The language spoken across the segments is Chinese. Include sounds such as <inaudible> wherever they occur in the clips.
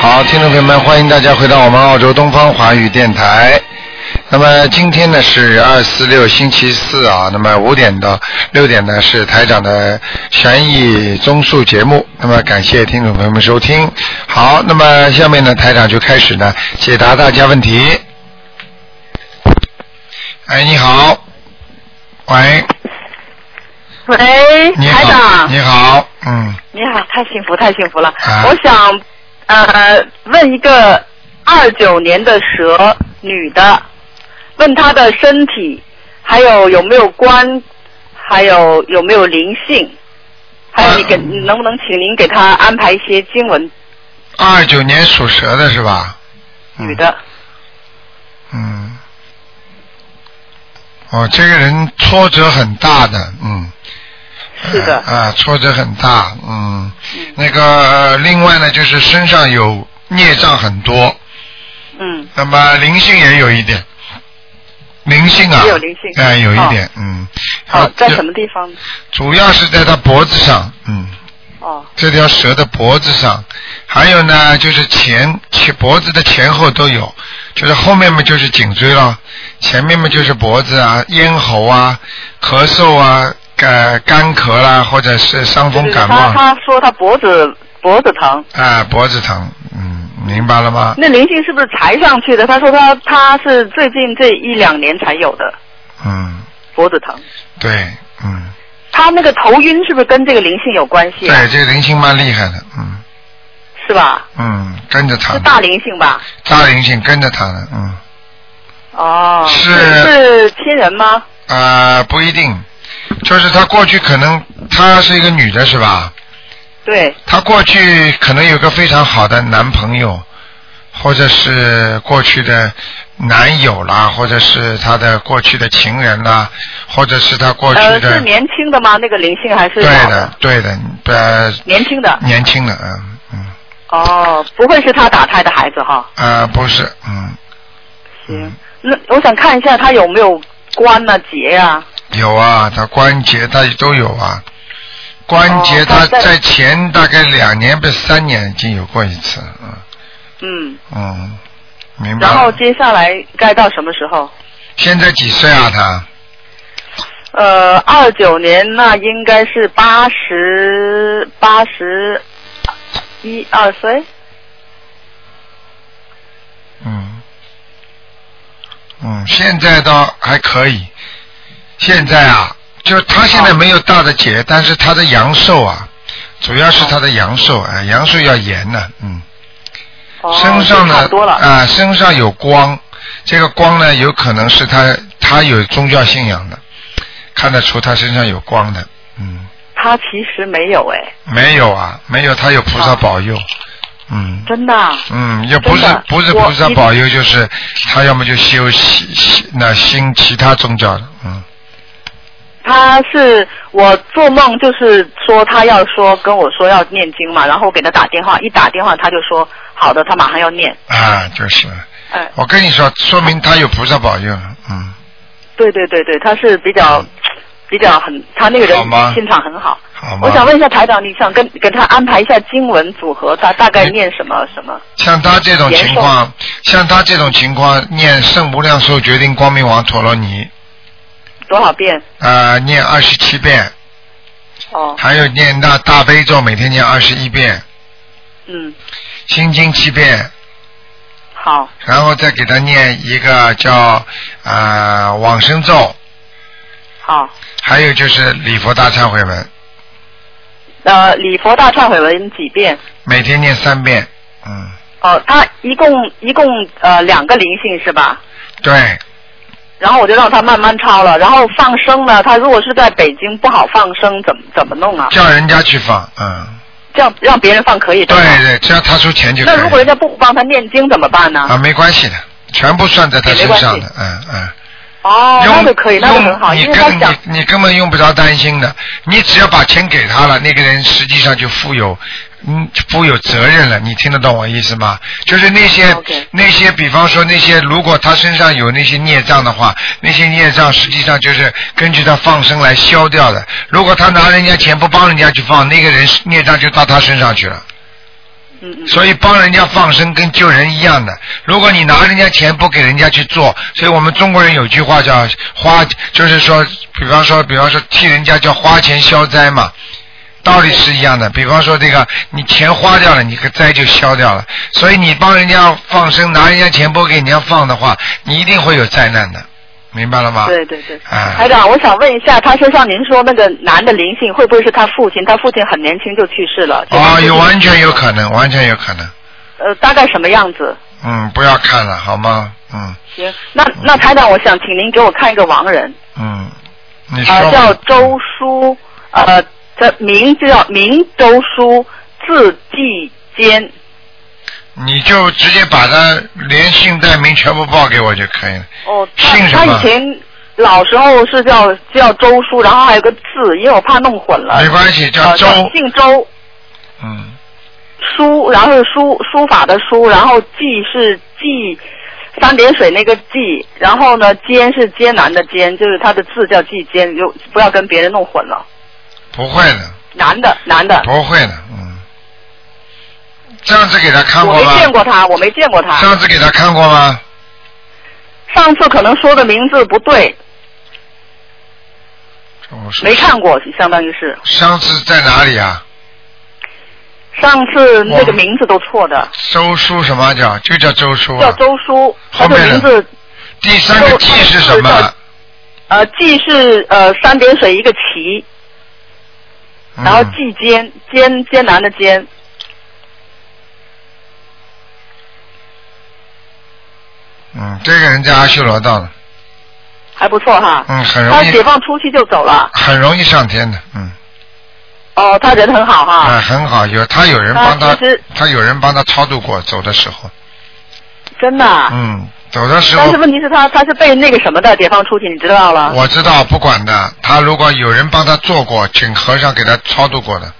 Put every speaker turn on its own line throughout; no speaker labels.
好，听众朋友们，欢迎大家回到我们澳洲东方华语电台。那么今天呢是二四六星期四啊，那么五点到六点呢是台长的悬疑综述节目。那么感谢听众朋友们收听。好，那么下面呢台长就开始呢解答大家问题。哎，你好，喂，
喂，
你
台
好，
长，
你好，嗯，
你好，太幸福，太幸福了。
啊
我想呃问一个二九年的蛇女的，问她的身体，还有有没有关，还有有没有灵性，还有你给、
嗯
能不能请您给她安排一些经文
二九年属蛇的是吧？嗯
女的。
嗯，哦，这个人挫折很大的，嗯。
是的
呃啊、挫折很大，嗯。
嗯
那个，另外呢，就是身上有孽障很多，
嗯
那么灵性也有一点，灵性啊，
也有灵性
哎、有一
哦
点，嗯。
哦
啊，
在什么？地方？
主要是在他脖子上，嗯。
哦，
这条蛇的脖子上，还有呢就是前前脖子的前后都有，就是后面嘛就是颈椎了，前面嘛就是脖子啊、咽喉啊、咳嗽啊、干干咳啦、或者是伤
就
风
是
感
她
冒
她说她脖子脖子疼，
啊，脖子疼，嗯，明白了吗？
<laughs> 那灵性是不是才上去的？她说她她是最近这一两年才有的
嗯，
脖子疼。
对，嗯，
他那个头晕是不是跟这个灵性有关系、啊？
对，这个灵性蛮厉害的，嗯
是吧？
嗯，跟着他
是，大灵性吧？
大灵性跟着他呢，嗯。
哦，
是
是亲人吗？
啊、不一定，就是他过去可能她是一个女的，是吧？
对，
她过去可能有个非常好的男朋友，或者是过去的男友啦，或者是她的过去的情人啦，或者是她过去
呃，
的，
是年轻的吗？那个灵性还是
对
老
的，对的，呃，
年轻的。
年轻的，嗯嗯，
哦，不会是他打胎的孩子哈？
啊，不是，嗯，
行，那我想看一下他有没有关呐、结呀、
有啊，她关节她都有啊，关节
哦
她
她在
在前大概两年不是三年已经有过一次，嗯。
嗯，
嗯，明白。
然后接下来该到什么时候？
现在几岁啊？他
呃，二九年那应该是八十八十一二岁。
嗯嗯，现在倒还可以。现在啊，就是他现在没有大的结，但是他的阳寿啊，主要是他的阳寿，哎，阳寿要严呢、嗯，
哦，
身上
就
呢
差不多了。
啊、身上有光，这个光呢，有可能是他他有宗教信仰的，看得出他身上有光的，嗯，
他其实没有哎，
没有啊，没有，他有菩萨
哦
保佑，嗯，
真的啊、
嗯，也不是
真的
不是
我
菩萨
一
保佑，就是他要么就修西西那信其他宗教的，嗯，
他是我做梦，就是说他要说跟我说要念经嘛，然后我给他打电话，一打电话他就说好的，他马上要念。
啊，就是，
哎，
我跟你说，说明他有菩萨保佑了，嗯，
对对对对，他是比较、比较很，他那个人
好吗
心肠很好。
好吗？
我想问一下台长，你想跟给他安排一下经文组合，他大概
你
念什么什么？
像他这种情况，像他这种情况，念圣无量寿决定光明王陀罗尼，
多少遍？
啊、念二十七遍，
哦，
还有念那大悲咒，每天念二十一遍，
嗯，
心经七遍，
好，
然后再给他念一个叫啊、呃往生咒，
好。
还有就是礼佛大忏悔文。
呃，礼佛大忏悔文几遍？
每天念三遍。嗯，
哦，他一共一共呃两个灵性是吧？
对，
然后我就让他慢慢抄了。然后放生呢，他如果是在北京不好放生，怎么怎么弄啊？
叫人家去放，嗯，
这样让别人放可以的
对
吗。
对，只要他出钱就可以。
那如果人家不帮他念经怎么办呢？
啊，没关系的，全部算在他身上的，嗯嗯。
哦，那
用
就可以，那就很好，
用你
因为他
根
想
你你根本用不着担心的，你只要把钱给他了，那个人实际上就负有。嗯，负有责任了，你听得懂我意思吗？就是那些
嗯 OK
那些，比方说那些，如果他身上有那些孽障的话，那些孽障实际上就是根据他放生来消掉的。如果他拿人家钱不帮人家去放，那个人是孽障就到他身上去了。
嗯嗯，
所以帮人家放生跟救人一样的。如果你拿人家钱不给人家去做，所以我们中国人有句话叫花，就是说，比方说，比方说替人家叫花钱消灾嘛。道理是一样的，比方说这个，你钱花掉了，你个灾就消掉了。所以你帮人家放生，拿人家钱不给人家放的话，你一定会有灾难的，明白了吗？
对对对。
啊
台长，我想问一下，他身上您说那个男的灵性会不会是他父亲？他父亲很年轻就去世了。
啊、有完全有
能。
可能，完全有可能。
呃，大概什么样子？
嗯，不要看了，好吗？嗯
行，那那台长，我想请您给我看一个亡人，
嗯，你说吧。
呃，叫周书，呃，这名字叫明周书，字继坚。
你就直接把他连姓带名全部报给我就可以了。
哦，他
姓什
他
么
以前老时候是叫叫周书，然后还有个字，因为我怕弄混了。
没关系，叫
呃
周，
姓周，
嗯，
书，然后是书书法的书，然后记是记三点水那个记，然后呢艰是艰难的艰，就是他的字叫记艰，就不要跟别人弄混了。
不会的，
男的，男的，
不会的，嗯。上次给他看
我
过
没
吗？
见过他，我没见过他。
上次给他看过吗？
上次可能说的名字不对，
我说
没。看过，相当于是
哦上次在哪里啊？
上次那
我
个名字都错的，
周叔什么叫？就叫周叔
叫
啊。
周书，他
后
的
面呢
名字
第三个
周
季是什
周是
么
叫？呃记是呃三点水一个齐，
嗯
然后季艰艰艰难的艰，
嗯，这个人在阿修罗道呢，
还不错哈。
嗯，很容
他
易
解放初期就走了。
很容易上天的，嗯，
哦，他人很好哈，
啊，很好，有他有人帮
啊
他
其实，
他有人帮他超度过，走的时候，
真的啊。
嗯，走的时
但
候
是问题是他他是被那个什么的解放出去，你知道了？
我知道，不管的。他如果有人帮他做过，请和尚给他超度过的，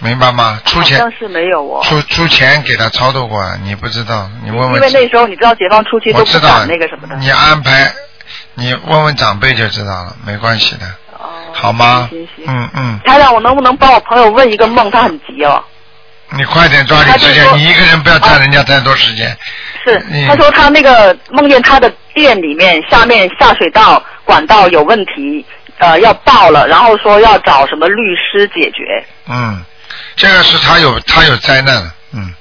明白吗？出
好
钱
像是没有哦，
出出钱给他超度过，你不知道，你问
因
问
为
自己。
那时候你知道解放初期
我
都
知
不
道
敢那个什么的。
你安排，你问问长辈就知道了，没关系的，
哦
好吗
行行？行。
嗯嗯，
台长，我能不能帮我朋友问一个梦？他很急哦。
你快点抓紧
他就
时间，
说
你一个人不要占人家太多时间。
是
嗯，
他说他那个梦见他的店里面下面下水道管道有问题，呃，要爆了，然后说要找什么律师解决。
嗯，这个是他有他有灾难了，嗯，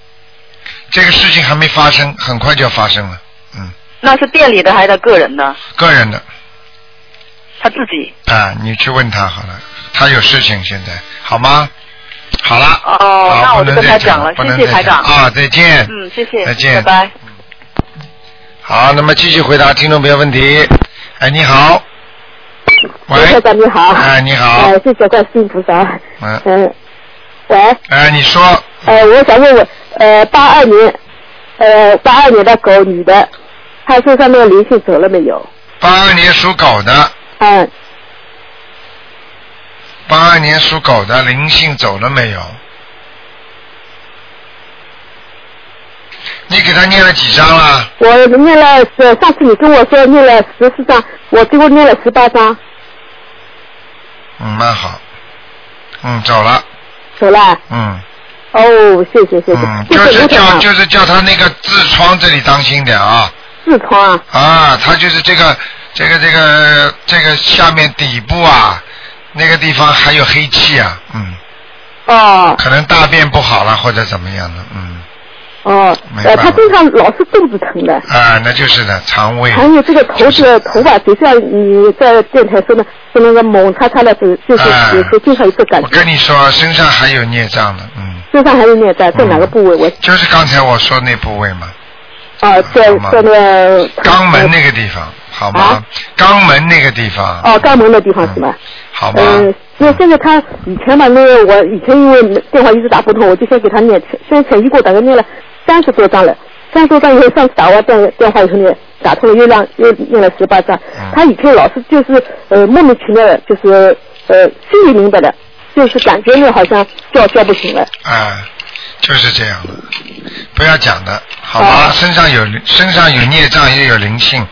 这个事情还没发生，很快就要发生了，嗯，
那是店里的还是他个人的？
个人的。
他自己。
啊，你去问他好了，他有事情现在，好吗？好了。
哦
好
那我
不能
就
再
跟他讲了
不能
谢谢
再
台长
讲啊，再见。
嗯，谢谢，
再见啊
拜拜。
好，那么继续回答听众朋友问题。哎，你好。
卢台
喂。
长你好，
哎，你好
呃，。谢谢观世音菩萨。
嗯。
嗯，喂，
哎，你说。
呃，我想问问，呃，八二年，呃，八二年的狗女的，她身上那个灵性走了没有？
八二年属狗的，
嗯，
八二年属狗的灵性走了没有？你给他念了几张了？
我念了，呃，上次你跟我说念了十四张，我最后念了十八张，
嗯，蛮好。嗯，走了。
走了。
嗯。
哦，谢谢谢谢，
嗯，
谢
就
谢
是
卢台
叫
长。
就是叫他那个痔疮这里当心点啊
痔疮啊，
啊，他就是这个这个这个这个下面底部啊那个地方还有黑气啊，嗯，
哦
可能大便不好了或者怎么样了，嗯
哦，
没办
呃，
法
她身上老是肚子疼的。
啊，那就是的肠胃
还有这个头
就是
子头发，就像你在电台说的，说那个猛擦擦的，就就是
哎
有时候经常有这感
我
觉，
跟你说，身上还有孽障的，嗯，
身上还有点在在哪个部位？我
就是刚才我说那部位嘛，
啊，在
好吗
在那个
肛门那个地方，好吗
啊？
肛门那个地方，
哦，肛门的地方是吧？
好吗？
嗯，因为现在他以前嘛，那个我以前因为电话一直打不通，我就先给他念，现在前一共大概念了三十多张了。三十多张以后，上次打完电电话以后呢，打通了又让又念了十八张
嗯。
他以前老是就是呃莫名其妙的，就是呃心里明白的，就是感觉呢好像叫叫不醒了。
啊，就是这样的，不要讲的，好吧？
哦
身上有身上有孽障，也有灵性，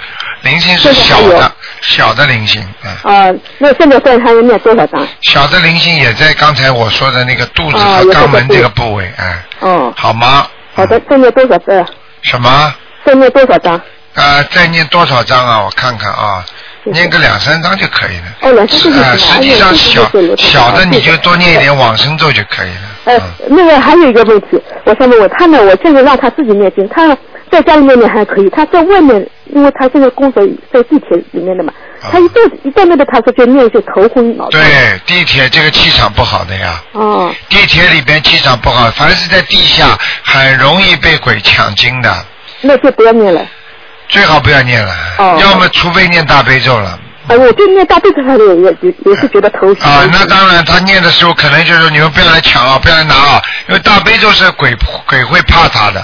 灵性是小
现在还
的
有，
小的灵性，嗯，
啊，那现在算还要念多少张？
小的灵性也在刚才我说的那个肚子
啊
和
有这个
肛门
部
这
位
个部位，嗯，
哦，
好吗？嗯
好的，再念多少呃，
什么？
再念多少张？
呃，再念多少章啊？我看看啊，
谢谢
念个两三章就可以了。
哦，两千四
呃，实际上小小的你就多念一。
哎呀谢谢谢谢卢台长谢谢
点往生咒就可以了。
呃
嗯，
那个还有一个问题，我想问问他呢，我现在让他自己念经，他在家里面念还可以，他在外面，因为他现在工作在地铁里面的嘛，
啊
他一到一到那个他说就念就头昏脑胀。。
对，地铁这个气场不好的呀，
哦，
地铁里边气场不好，凡是在地下很容易被鬼抢经的，
那就不要念了。
嗯最好不要念了，
哦
要么除非念大悲咒了。
啊，我就念大悲咒，他也也也也是觉得头晕。
啊，那当然，他念的时候可能就是你们不要来抢啊，不要来拿啊，因为大悲咒是鬼鬼会怕他的，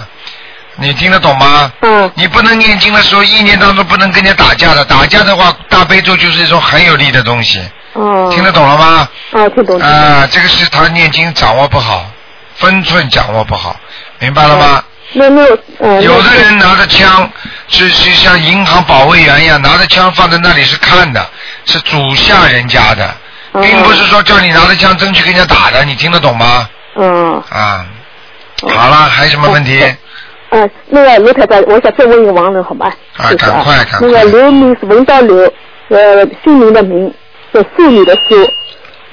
你听得懂吗？
嗯
你不能念经的时候，一年当中不能跟人家打架的，打架的话，大悲咒就是一种很有力的东西，
哦。
听得懂了吗？
哦，听懂。
啊、这个是他念经掌握不好，分寸掌握不好，明白了
哦
吗？
那那呃，
有
那
的人拿着枪，是是像银行保卫员一样，拿着枪放在那里是看的，是主下人家的，
哦
并不是说叫你拿着枪真去跟人家打的，你听得懂吗？
嗯。
啊，
哦
好了，还有什么问题？
嗯，那个卢台长，我想再问一个王人好吗？
啊
就是
赶快赶快
那个刘明是文道刘，呃，姓名的名，是妇女的妇，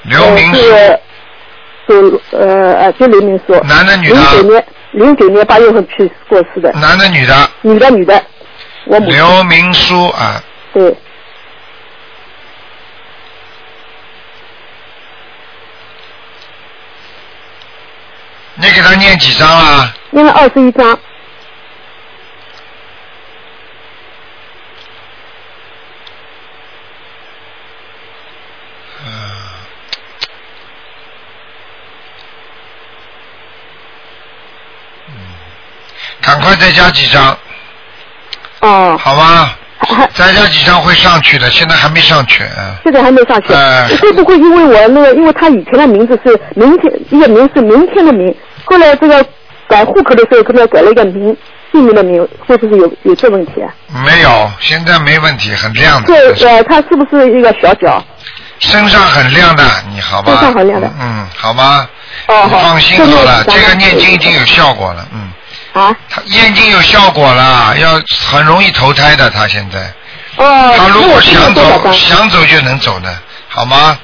刘明
呃
书，
是是呃呃，就刘明书。
男的女的
零九年，零九年八月份去过世的，
男的女的？
女的女的，我母亲
刘明书啊，
对，
你给他念几张啊啦？
念了二十一章，
嗯嗯赶快再加几张，
哦，
好吗？
还 <laughs> 还
再加几张会上去的，现在还没上去。嗯
现在还没上去
哎，
会不会因为我那个，因为他以前的名字是明天一个名是明天的明，后来这个改户口的时候，可能改了一个名姓名的名，会不会有有这问题啊？
没有，现在没问题，很亮的。
对，呃，他是不是一个小脚？
身上很亮的，你好吧？
身上很亮的
嗯，好吧。
哦，
你
好，
放心
这
好了，
个
这个念经已经有效果了，嗯，
啊，
他念经有效果了，要很容易投胎的，他现在，
哦，
他如果想
那我
走，
现
想走就能走的，好吗？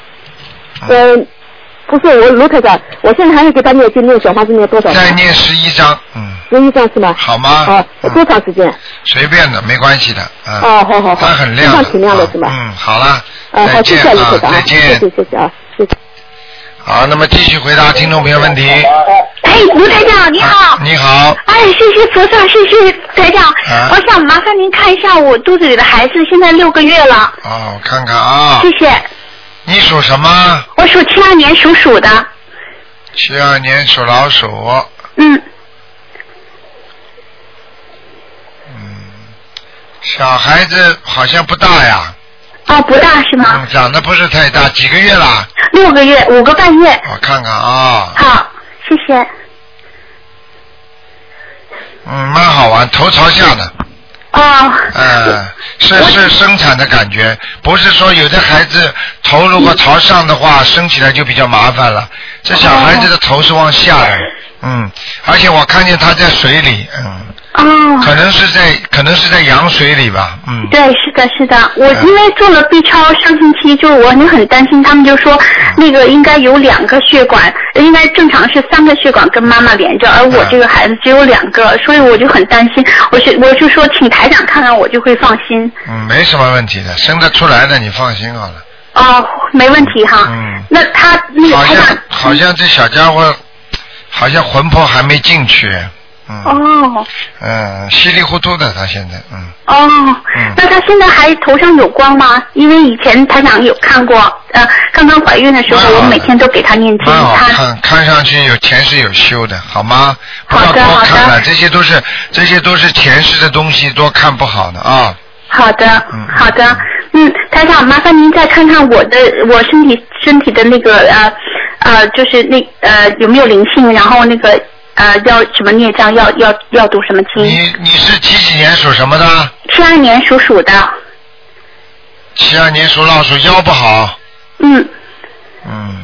嗯
在多少张？呃，不是我卢台长，我现在还是给他念经，念小房子念多少张？
再念十一章，嗯，
十一张是吗？
好吗？
啊，多
嗯
长时间？
随便的，没关系的，嗯，
哦，好好好，
他很亮
身
的，
上挺亮的
嗯
是吧？
嗯，好了，
呃，
再
好，谢
见
谢卢
啊
台，长
再
啊，谢
见
谢。谢谢啊，谢谢。
好，那么继续回答听众朋友问题。
哎，卢台长你好
啊。你好，
哎，谢谢菩萨，谢谢台长。
啊
我想麻烦您看一下我肚子里的孩子，现在六个月了。
哦，我看看啊
谢，谢。
你属什么？
我属七二年属鼠的。
七二年属老鼠。
嗯，
小孩子好像不大呀，
哦，不大是吗
嗯，？长得不是太大，几个月啦？
六个月，五个半月。
我看看啊，
好，谢谢。
嗯，蛮好玩，头朝下的，
哦，
嗯，是是生产的感觉，不是说有的孩子头如果朝上的话，生起来就比较麻烦了。这小孩子的头是往下的，嗯，而且我看见他在水里，嗯，可
哦，
能是在可能是在羊水里吧，嗯，
对，是的，是的。我
嗯
因为做了 B 超，上星期就是我很很担心，他们就说
嗯
那个应该有两个血管，应该正常是三个血管跟妈妈连着，而我
嗯
这个孩子只有两个，所以我就很担心。我是我就说请台长看看，我就会放心。
嗯，没什么问题的，生得出来的，你放心好了。
哦，没问题哈。
嗯
那他那个
好
台长
像，好像这小家伙，好像魂魄还没进去，嗯、
哦
嗯，稀里糊涂的，他现在嗯，
哦，
嗯
那他现在还头上有光吗？因为以前台长有看过，呃，刚刚怀孕的时
蛮好
候，
的
我每天都给他念经，
蛮好
他
看，看上去有前世有修的，好吗？不要
好的
多看
好
了，
的
这些都是这些都是前世的东西，多看不好的啊。
好的
嗯，
好的，嗯，台长，麻烦您再看看我的我身体身体的那个呃呃，就是那呃有没有灵性，然后那个呃要什么孽障，要要要读什么经？
你你是几几年属什么的？
七二年属鼠的，
七二年属老鼠，腰不好，
嗯，
嗯，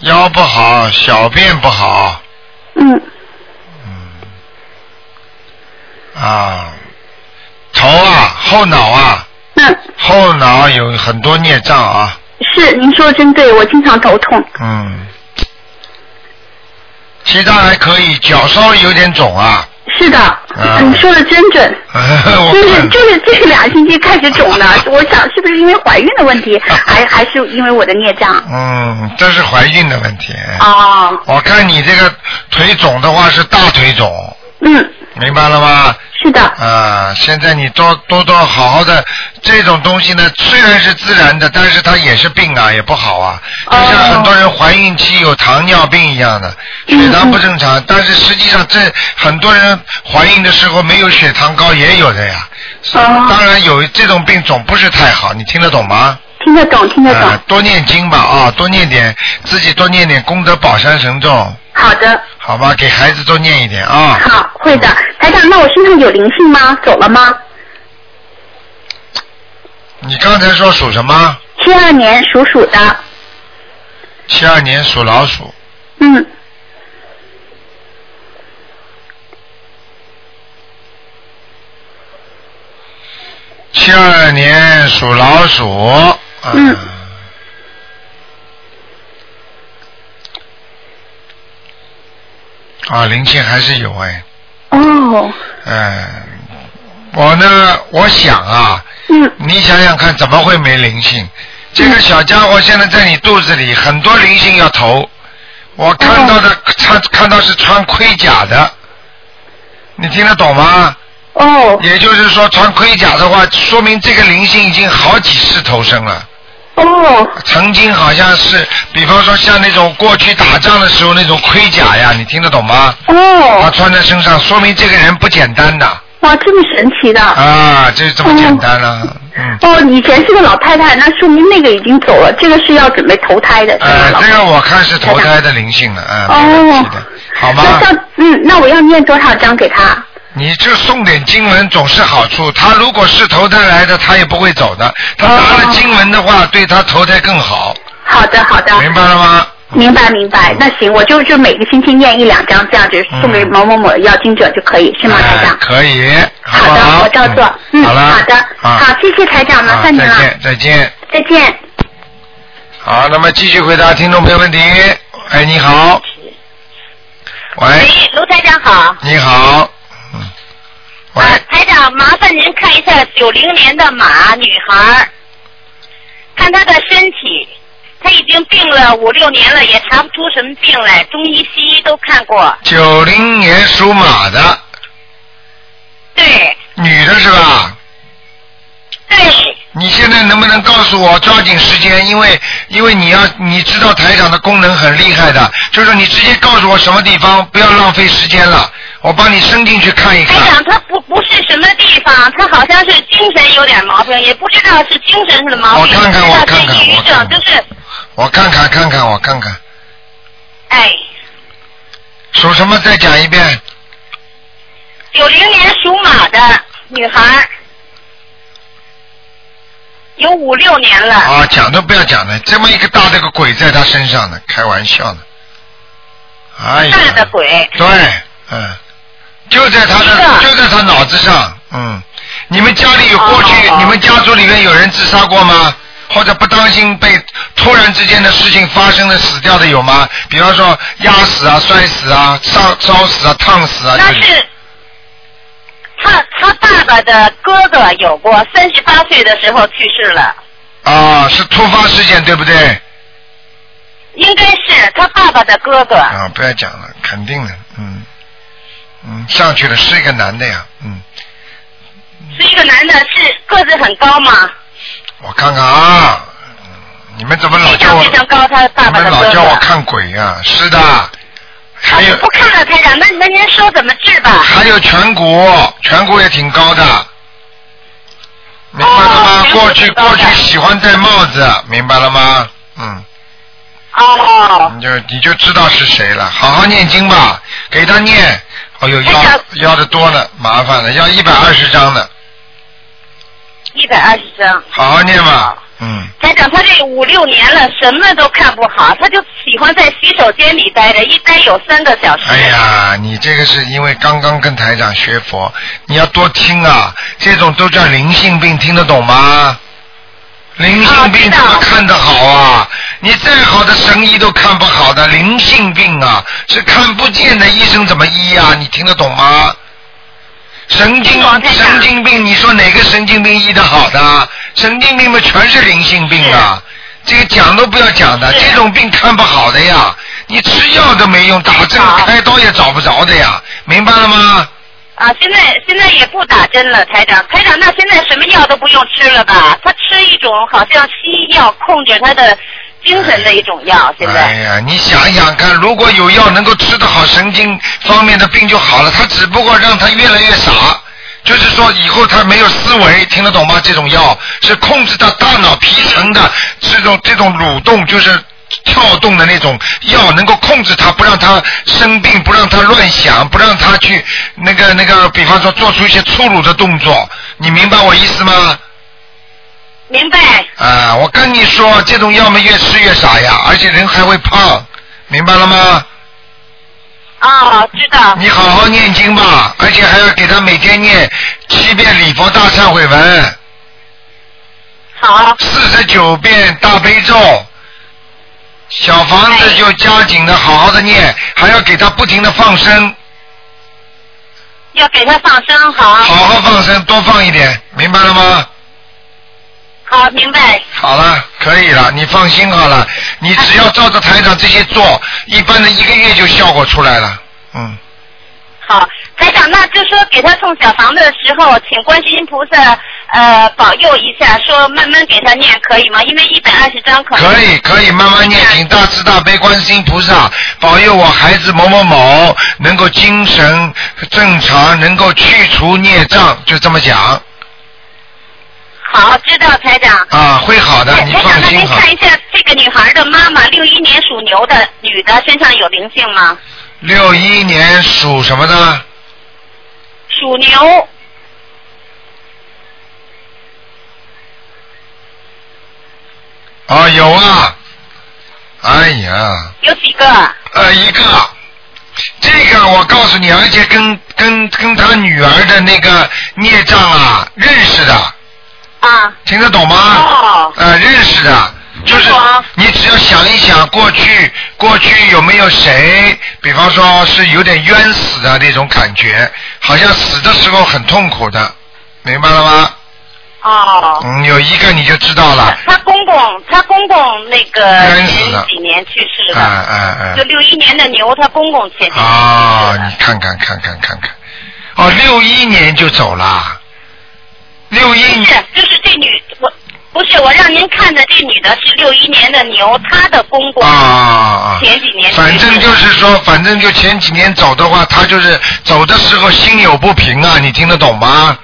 腰不好，小便不好嗯
嗯，
啊，头啊，后脑啊，
那
后脑有很多孽障啊，
是您说的真对，我经常头痛。
嗯，其他还可以，脚稍微有点肿啊， <laughs>
是的，你说的真准。
我
就是
看
就是这两个星期开始肿
<laughs>
的，我想是不是因为怀孕的问题，还还是因为我的孽障？
嗯，这是怀孕的问题。
哦，
我看你这个腿肿的话是大腿肿，
嗯，
明白了吗？
是的，
啊，现在你多多多好好的，这种东西呢，虽然是自然的，但是它也是病啊，也不好啊。就
哦
像很多人怀孕期有糖尿病一样的，
嗯
血糖不正常，但是实际上这很多人怀孕的时候没有血糖高也有的呀。所以
哦
当然有这种病总不是太好，你听得懂吗？
听得懂，听得懂。
啊，多念经吧啊，多念点自己多念点功德宝山神咒，
好的，
好吧？给孩子多念一点啊。
好，会的。台长，那我身上有灵性吗？走了吗？
嗯你刚才说属什么？
七二年属鼠的，
七二年属老鼠。
嗯，
七二年属老鼠，
嗯
啊，灵性还是有哎，
哦，
嗯，我呢，我想啊，
嗯，
你想想看，怎么会没灵性？这个小家伙现在在你肚子里，很多灵性要投，我看到的看看到是穿盔甲的，你听得懂吗？
哦，
也就是说，穿盔甲的话，说明这个灵性已经好几世投生了。
哦，
曾经好像是，比方说像那种过去打仗的时候那种盔甲呀，你听得懂吗？他
哦，
穿在身上，说明这个人不简单呐！
哇，这么神奇的。
啊，就是这么简单了、嗯，
哦，以前是个老太太，那说明那个已经走了，这个是要准备投胎的。
呃
是，吧
这个我看是投胎的灵性了，啊、
哦
没问题的，好吗？
那到嗯，那我要念多少张给他？
你就送点经文总是好处。他如果是投胎来的，他也不会走的。他
哦
拿了经文的话，对他投胎更好，
好的，好的，
明白了吗？
明白明白。那行，我就就每个星期念一两张，这样子送给
嗯
某某某要经者就可以，是吗，台
哎
长？
可以，好不
好
好
的，我照做。嗯，
好了，
好的，
啊
好，谢谢台长，麻烦您
再
了，
见，再见。
再见。
好，那么继续回答听众朋友问题。哎，你好。喂，
喂，卢台长好。
你好。嗯。喂，
啊，台长，麻烦您看一下九零年的马女孩儿，看她的身体，她已经病了五六年了，也查不出什么病来，中医西医都看过。
九零年属马的
对，
女的是吧？啊
对，
你现在能不能告诉我抓紧时间？因为因为你要你知道台长的功能很厉害的，就是你直接告诉我什么地方，不要浪费时间了，我帮你伸进去看一
台
看。
长，她不不是什么地方，她好像是精神有点毛病，也不知道是精神上的毛病，
我看看
不知道
我看看
是抑
我
郁
看
症，
看
就是，
我看看看看，我看看
哎，
属什么？再讲一遍。
九零年属马的女孩儿，有五六年了。
啊，讲都不要讲了，这么一个大的个鬼在他身上呢，开玩笑呢。哎呀，
大的鬼，
对，嗯，就在他的，
一个
就在他脑子上，嗯。你们家里有过去，
哦
你们家族里面有人自杀过吗？或者不当心被突然之间的事情发生了死掉的有吗？比方说压死啊、摔死啊、烧烧死啊、烫死啊，
那
这
是他他爸爸的哥哥有过，三十八岁的时候去世了，
啊是突发事件，对不对？
应该是他爸爸的哥哥。
啊，不要讲了，肯定的，嗯，嗯，上去了是一个男的呀，嗯，
是一个男的，是个子很高吗？
我看看啊，嗯你们怎么老
非
叫
常
我，
非常高，他爸
你
爸
们
的哥
老
哥。
叫我看鬼啊？是的，还
啊
有、
不看了，台长，那那您说怎么治吧？
还有颧骨，颧骨也挺高的，明白了吗？
颧骨
过去
哦挺高
过
的
去喜欢戴帽子，明白了吗？嗯，
哦，
你就你就知道是谁了。好好念经吧，给他念。哎呦，要
哎呀
要的多了，麻烦了，要一百二十张的，
一百二十张。
好好念吧。嗯，
台长，他这五六年了，什么都看不好，他就喜欢在洗手间里待着，一待有三个小时。
哎呀，你这个是因为刚刚跟台长学佛，你要多听啊，这种都叫灵性病，听得懂吗？灵性病
啊知道
怎么看得好啊？你再好的神医都看不好的，灵性病啊是看不见的，医生怎么医啊？你听得懂吗？神经
听懂台长
神经病，你说哪个神经病医得好的？神经病嘛，全是灵性病啊！这个讲都不要讲的，
是
这种病看不好的呀，你吃药都没用，打针
好
开刀也找不着的呀，明白了吗？
啊，现在现在也不打针了，台长。台长，那现在什么药都不用吃了吧？他吃一种好像西药控制他的精神的一种药，现在。
哎呀，你想想看，如果有药能够治得好神经方面的病就好了，他只不过让他越来越傻，就是说以后他没有思维，听得懂吗？这种药是控制他大脑皮层的这种这种蠕动，就是。跳动的那种药能够控制他，不让他生病，不让他乱想，不让他去那个那个，比方说做出一些粗鲁的动作，你明白我意思吗？
明白。
啊，我跟你说，这种药嘛越吃越傻呀，而且人还会胖，明白了吗？
哦，知道。
你好好念经吧，而且还要给他每天念七遍礼佛大忏悔文，
好，
四十九遍大悲咒。小房子就加紧的好好的念，还要给他不停的放生，
要给他放生，好。
好好放生，多放一点，明白了吗？
好，明白。
好了，可以了，你放心好了，你只要照着台长这些做，一般的一个月就效果出来了，嗯。
好，台长，那就说给他送小房子的时候，请观世音菩萨呃保佑一下，说慢慢给他念，可以吗？因为一百二十张可能
可以可以，慢慢念，请大慈大悲观世音菩萨保佑我孩子某某某能够精神正常，能够去除孽障，就这么讲
好，知道台长。
啊，会好的，
台
你
台
放
长，那
心
您
好。
看一下这个女孩的妈妈，六一年属牛的女的身上有灵性吗？
六一年属什么的？
属牛，
啊，有啊，哎呀，
有几个？啊
呃，一个，这个我告诉你，而且跟跟跟他女儿的那个孽障啊认识的，
啊，
听得懂吗？
哦，
呃，认识的，就是
听过啊
你只要想一想过去，过去有没有谁，比方说是有点冤死的那种感觉，好像死的时候很痛苦的，明白了吗？
哦。
嗯，有一个你就知道了，
她公公，她公公那个
冤死了
前几年去世
啊
的，
啊
就六一年的牛，她公公前几年去
啊！
世
啊，
的
你看看看看看看，哦，六一年就走了，六一
不是，就是这女我。不是，我让您看的这女的是六一年的牛，她的公公
啊啊啊！
前几年去世的
反正就是说，反正就前几年走的话，他就是走的时候心有不平啊，你听得懂吗？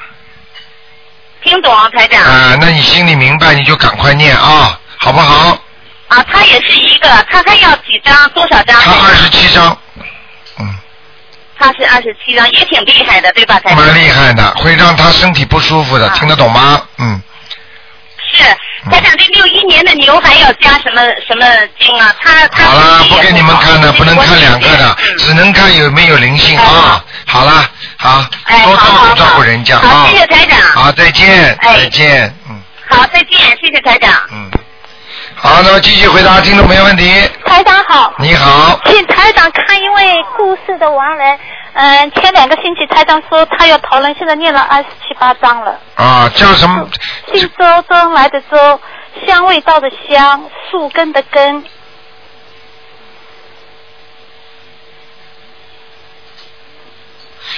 听懂啊，台长
啊、那你心里明白，你就赶快念啊，好不好？
啊，她也是一个，她还要几张，多少张？
他二十七章，嗯，
她是二十七张，也挺厉害的，对吧，台长？
蛮厉害的，会让他身体不舒服的，
啊
听得懂吗？嗯，
是，台长，这六一年的牛还要加什么什么经啊？她她
好啦，
自己
不
也
给你们
懂
看的，不能看两个的，
嗯
只能看有没有灵性啊
啊。
好啦，好
哎，，
多
好
照
好好
顾照顾人家
好，
啊
谢。谢台长。
好，再见，
哎
再见，嗯
好，再见，谢谢台长。
嗯。好，那么继续回答听众朋友问题。
台长好，
你好，
请台长看一位故事的亡人。嗯，前两个星期台长说他要投人，现在念了二十七八章了。
啊，叫什么？
姓周，周恩来的周，香味道的香，树根的根。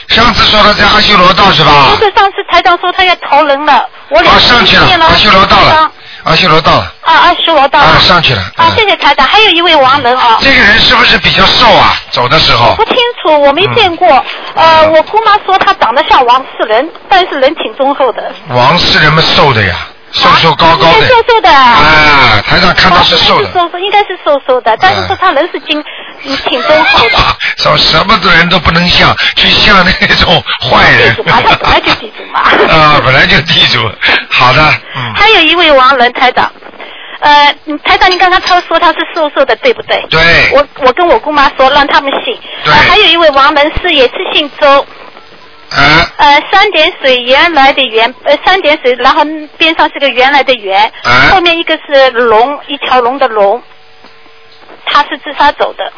上次说他在阿修罗道是吧？
不是上次台长说他要投人了，我两
啊，
个
上
星
去
期
了
念，
阿
二
修
十
罗
七
到了
章，，
阿修罗到了，
啊，二十嗯罗到了。
啊，上去了。
啊，
嗯
谢谢台长。还有一位亡人啊。
这个人是不是比较瘦啊？走的时候
不清楚，我没见过。
嗯
呃，我姑妈说她长得像王世仁，但是人挺忠厚的。
王世仁们瘦的呀，瘦瘦高高的
应该，瘦瘦的。
啊，台上看到
啊
是瘦的，
瘦瘦应该是瘦瘦的，但是说他人是精，嗯挺真实的。
啊，什什么人都不能像，去像那种坏人
地主。嘛，他本来就地主嘛。
啊，本来就地主。好的，嗯，
还有一位王仁台长，呃，你台长，你刚刚他说他是瘦瘦的，对不对？
对，
我我跟我姑妈说，让他们信。
对
呃，还有一位王仁是也是姓周，
啊
呃，三点水原来的原，呃，三点水，然后边上是个原来的原，
啊
后面一个是龙，一条龙的龙，他是自杀走的。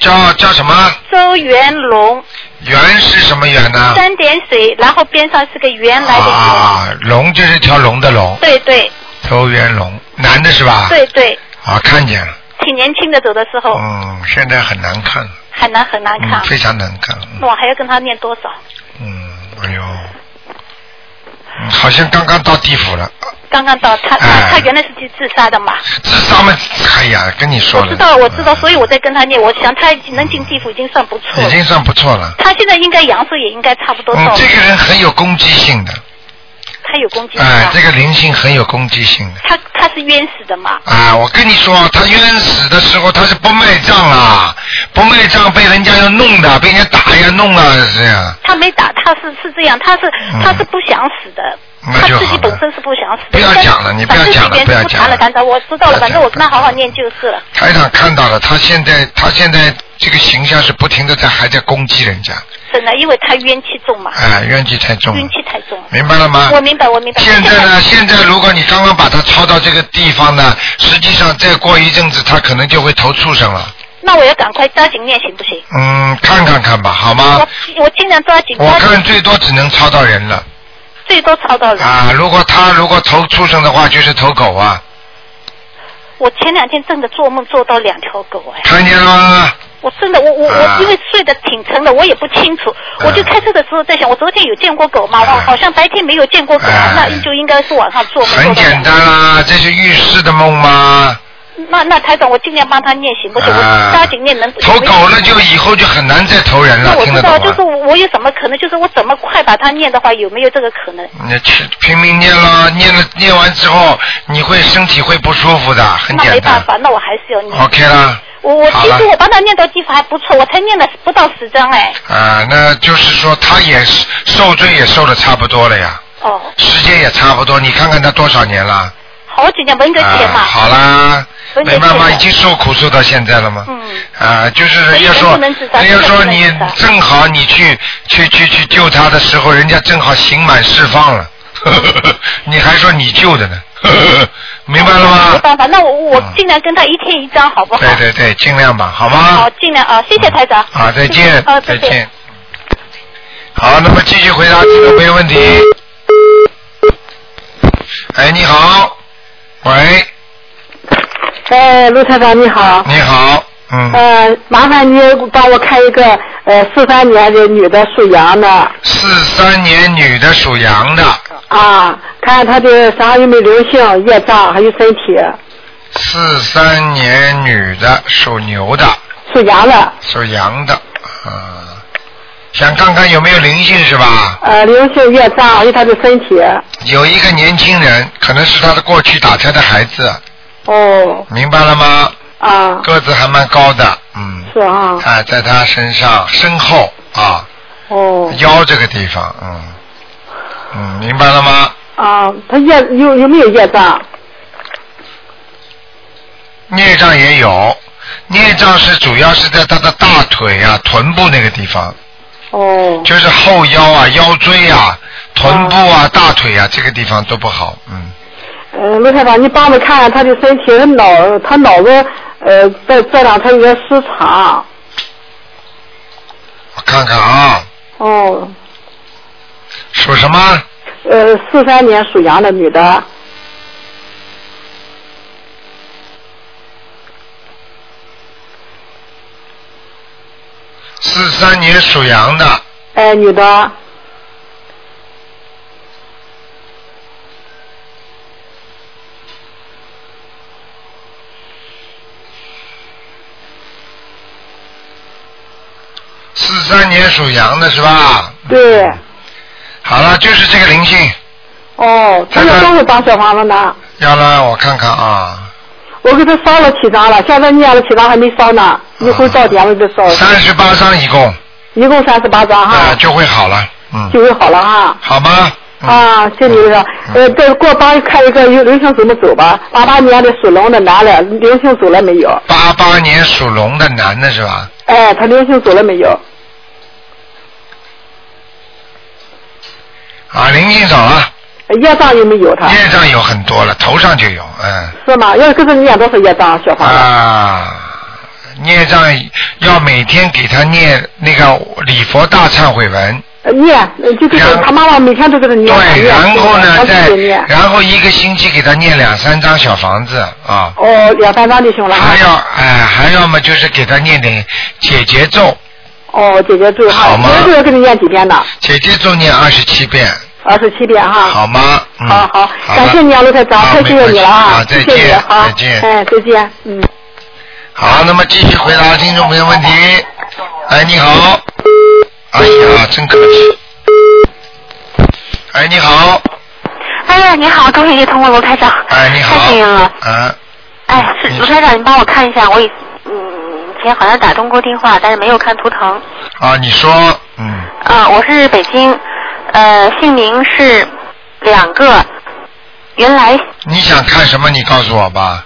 叫叫什么？
周元龙，
圆是什么圆呢？
三点水，然后边上是个原来的原。
啊，龙就是一条龙的龙，
对对
头圆龙，男的是吧？。
对对，
啊，看见了，
挺年轻的走的时候，
嗯，现在很难看，
很难很难看哦
嗯，。非常难看，嗯
那我还要跟他念多少？
嗯，哎呦，嗯好像刚刚到地府了，
刚刚到他，
哎
他原来是去自杀的嘛。
自杀嘛，哎呀，跟你说
我
了，
知道，我知道，所以我
嗯
在跟他念。我想他已经能进地府已经算不错
已
了。
经算不错了。
他现在应该阳寿也应该差不多到
嗯，
了。
这个人很有攻击性的，
他有攻击性
哎
啊，。
这个灵性很有攻击性的。
他他是冤死的嘛？
啊，我跟你说，他冤死的时候他是不卖账啊，不卖账被人家要弄的，被人家打呀弄啊，这样，
他没打，他是是这样，他是
嗯
他是不想死的。
那
他
就
自
好
己本
了。
身是不想死的。
不要讲了你不要
反正
讲了
这边
不要
不
讲
谈
了
了，谈谈。我知道
不要
了，反
讲
正我
了
跟他好好念就是了。
台长看到了，他现在他现在这个形象是不停的在还在攻击人家，
真的，因为他冤气重嘛，
啊，冤气太重了
冤，气太重了。
明白了吗？
我明白，我明白。
啊现在呢，现在如果你刚刚把他抄到这个地方呢，实际上再过一阵子他可能就会投畜生了。
那我要赶快抓紧念，行不行？
嗯，看看看吧，好吗？
我我尽量抓紧，
我
抓紧
看最多只能抄到人了
最多抄到人。
啊！如果他如果投畜生的话，就是投狗啊，
我前两天真的做梦做到两条狗哎，
看见了吗？
我真的我我
啊
我因为睡得挺沉的，我也不清楚，我就开车的时候在想，我昨天有见过狗吗？我
啊
好像白天没有见过狗，
啊
那就应该是晚上做梦
很
做到
简
两条。
单啦，这是预示的梦吗？
那那台长，我尽量帮他念行不行？
啊
我抓紧念能。
投狗了就以后就很难再投人了
那，我
听得
知
懂啊
道，
吗？
就是我我有什么可能，就是我怎么快把它念的话，有没有这个可能？
你去拼命念了，念了念完之后，你会身体会不舒服的，很
那
简
没办
单。
法，那我还是要念。
OK 啦。
我我
好
其
了
实我帮他念到地方还不错，我才念了不到十张哎。
啊，那就是说他也是受罪也受的差不多了呀，
哦，
时间也差不多，你看看他多少年了？
好几年文革前
啊，
嘛。
好啦，
文
没
革
办法，
前
已经受苦受到现在了嘛。
嗯。
啊，就是人家说，
所以人不能自杀
人家说你
真的不能自
正好你去去去去救他的时候，人家正好刑满释放了， <laughs> 你还说你救的呢， <laughs> 明白了
没
吗？
办法，那我我
嗯
尽量跟他一天一张，好不好？
对对对，尽量吧，好吗？
好，尽量啊，谢谢台长。
好，再见，
好，
再
再见。
见。好，那么继续回答啊听众朋友问题。哎，你好，喂，
哎，陆台长你好。
你好，嗯，
呃，麻烦你帮我看一个呃四三年的女的属羊的
四三年女的属羊的，
啊，看看她的身上有没有灵性、业障，还有身体
四三年女的属牛的，
属羊的，
属羊的，啊，想看看有没有灵性是吧？
呃，灵性、业障，还有她的身体。
有一个年轻人，可能是他的过去打胎的孩子，
哦，
明白了吗？
啊，
个子还蛮高的，嗯。
是啊，
啊，在他身上身后啊
哦，
腰这个地方，嗯嗯，明白了吗？
啊，她业有有没有业障？
孽障也有，孽障是主要是在他的大腿啊、臀部那个地方，
哦，
就是后腰啊、腰椎啊、臀部啊、大腿啊这个地方都不好，嗯，
呃，陆台长，你帮我看看她的身体，她脑，她脑子，呃，在这两天有点失常。
我看看啊，
哦，
属什么？
呃，四三年属羊的女的，
四三年属羊的，
哎，女的，
四三年属羊的是吧？
对，
好了，就是这个灵性，
哦，他要多少张小房子呢？
要了，我看看啊，
我给他烧了七张了，现在念了七张还没烧呢，一会儿到点了就烧了，
三十八张一共，
一共三十八张
啊、
哈，
就会好了，嗯，
就会好了哈。
好吗？嗯、
啊，谢谢了。呃，再给我帮看一个流流行怎么走吧。八八年的属龙的男的，流行走了没有？
八八年属龙的男的是吧？
哎，他流行走了没有？
啊，灵性走了，
呃业障有没有他？
业障有很多了，头上就有，嗯。
是吗？要给他念多少业障小房子？
啊，孽障要每天给他念那个礼佛大忏悔文，
呃念，呃就给他
然
他妈妈每天都给他念。
对，
念
然后
他
呢，
自
再
己念。
然后一个星期给他念两三张小房子啊，
哦，两三张就行了啊。
还要哎、还要么就是给他念点解结咒，
哦，姐姐祝
好吗
姐姐给你念几遍呢？
解结咒念二十七遍，
二十七遍哈。
好吗？嗯、
啊好好，
了
感谢你啊，卢台长，
好
太谢谢你了啊！
没关系好再
谢谢你
见，
好，
再见。
哎，再见，嗯。
好，那么继续回答听众朋友问题。哎，你好。哎呀，真客气。哎，你好。
哎呀，你好，终于接通了，卢台长。
哎，你好。
太幸运了。
啊，
哎，是卢台长，你帮我看一下，我以嗯以前好像打通过电话，但是没有看图腾。
啊，你说，嗯，
啊、我是北京，呃，姓名是两个，原来
你想看什么？你告诉我吧。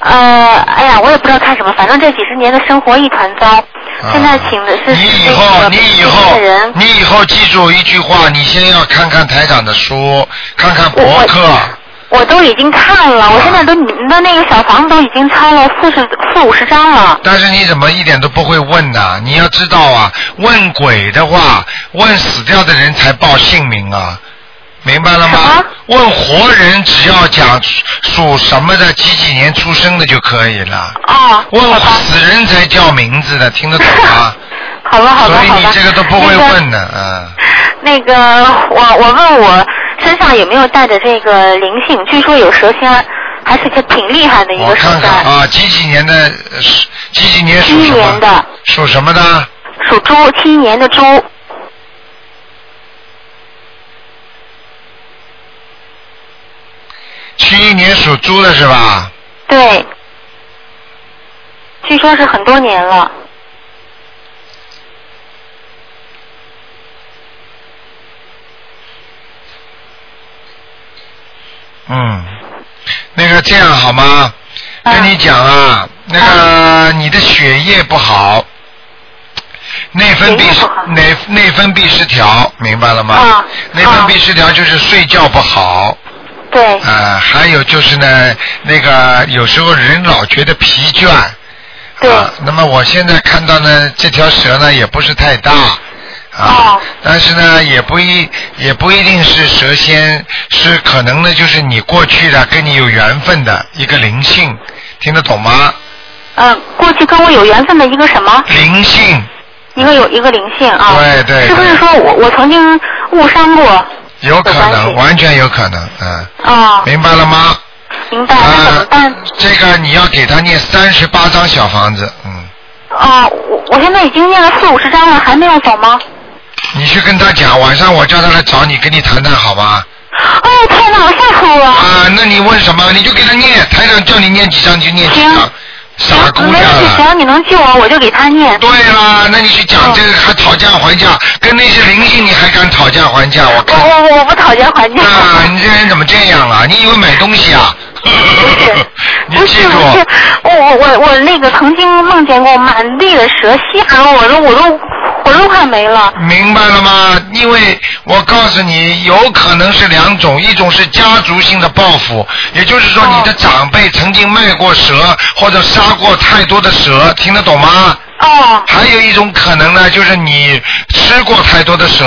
呃，哎呀，我也不知道看什么，反正这几十年的生活一团糟。
啊
现在请的是
你以
那
后，
个
你
北
以
京
后
的人，，
你以后记住一句话，你先要看看台长的书，看看博客。
我都已经看
啊
了，我现在都你们的那个小房子都已经拆了四十四五十张了。
但是你怎么一点都不会问呐、你要知道啊，问鬼的话，问死掉的人才报姓名啊，明白了
什
吗
么？
问活人只要讲属什么的、几几年出生的就可以了。
哦，
问
好吧，
死人才叫名字的，听得懂吗？
好吧， <laughs> 好吧，
所以
好
你
吧。
这个都不会
那个
问的，嗯。
那个，我我问我身上有没有带着这个灵性？据说有蛇仙，还是个挺厉害的一
我
个蛇
看
仙，
看啊，几几年的，呃是几几年
七
属什
年
么？
的，
属什么的？
属猪，七年的猪。
七一年属猪的是吧？
对，据说是很多年了。
嗯，那个这样好吗？
嗯
跟你讲啊，那
啊
个你的血液不好，内分泌
血液
失
不好
内内分泌失调，明白了吗？
啊
内分
啊
泌失调就是睡觉不好，
对，
呃，还有就是呢，那个有时候人老觉得疲倦。
对
啊，那么我现在看到呢，这条蛇呢也不是太大。啊，
哦
但是呢，也不一也不一定是蛇仙，是可能呢，就是你过去的跟你有缘分的一个灵性，听得懂吗？
嗯、过去跟我有缘分的一个什么，
灵性
一个有一个灵性啊，
对对
是不是
对
说我我曾经误伤过？
有可
有关
能，
系
完全有可能，嗯，
啊，
明白了吗？
明白，那怎么办？
呃这个你要给他念三十八张小房子，嗯。
啊，我我现在已经念了四五十章了，还没有走吗？
你去跟他讲，晚上我叫他来找你，跟你谈谈好吗？
哦天哪，我吓死我了！
啊，那你问什么？你就给他念，台长叫你念几张你就念几张
行，
傻姑
没
娘
问题，只
了。
要你能救我，我就给他念。
对啦，那你去讲这个还讨价还价，跟那些灵性你还敢讨价还价？我
我
看，
我我不讨价还价。
啊，你这人怎么这样啊？你以为买东西啊？ <laughs> 你
<laughs> 不
记
是
住
不，是，我我我我那个曾经梦见过满地的蛇吓得我都我都我都快没了。
明白了吗？因为我告诉你，有可能是两种，一种是家族性的报复，也就是说
哦
你的长辈曾经卖过蛇或者杀过太多的蛇，听得懂吗？
哦，
还有一种可能呢，就是你吃过太多的蛇，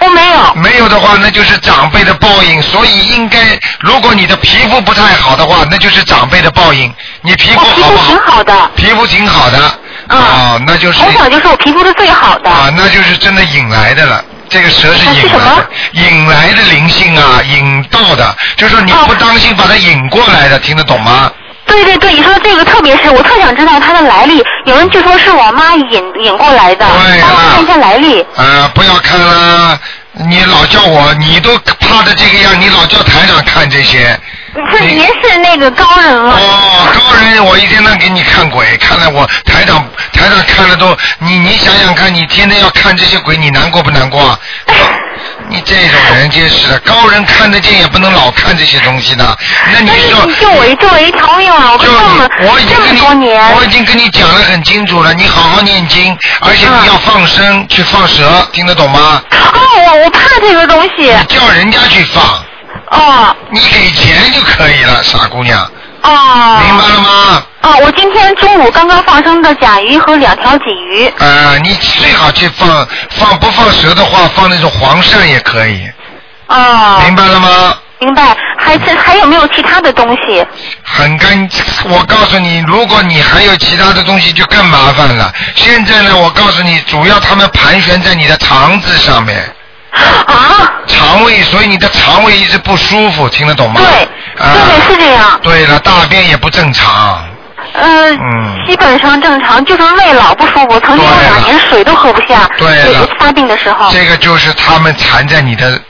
我哦没有。
没有的话，那就是长辈的报应。所以应该，如果你的皮肤不太好的话，那就是长辈的报应。你皮肤
我哦皮
好
肤
不好
挺？好的，
皮肤挺好的，
嗯
哦，那就是
从小就是我皮肤是最好的。
啊，那就是真的引来的了。这个蛇是
啊是
引
什
来
么
的，引来的灵性啊，引到的，就是说你
哦
不当心把它引过来的，听得懂吗？
对对对，你说的这个特别是，我特想知道它的来历。有人就说是我妈引引过来的，
对啊
帮我
了
看一下来历。
呃啊，不要看啦，你老叫我，你都怕的这个样，你老叫台长看这些。
不是，您是那个高人了。
哦，高人，我一天天给你看鬼，看来我台长台长看了都，你你想想看，你天天要看这些鬼，你难过不难过
<laughs>
啊？你这种人真是的，高人看得见也不能老看这些东西的。那你
但
说
是哎你，就我一作为一条命了，我
就
这么
你，我已经
这
跟
么
你
多年，
我已经跟你讲得很清楚了，你好好念经，而且
嗯
你要放生去放蛇，听得懂吗？
哦，我我怕这个东西，
你叫人家去放，
哦
你给钱就可以了，傻姑娘，
哦，
明白了吗？
哦，我今天中午刚刚放生的甲鱼和两条鲫鱼。
呃，你最好去放放不放蛇的话，放那种黄鳝也可以，
哦，
明白了吗？
明白。还是还有没有其他的东西？
很干，我告诉你，如果你还有其他的东西，就更麻烦了。现在呢，我告诉你，主要他们盘旋在你的肠子上面。
啊？
肠胃，所以你的肠胃一直不舒服，听得懂吗？
对，
啊、
对，是这样。
对了，大便也不正常。
呃，
嗯
基本上正常，就是胃老不舒服，曾经有
对了
两年水都喝不下，
对了
有发病的时候。
这个就是他们缠在你的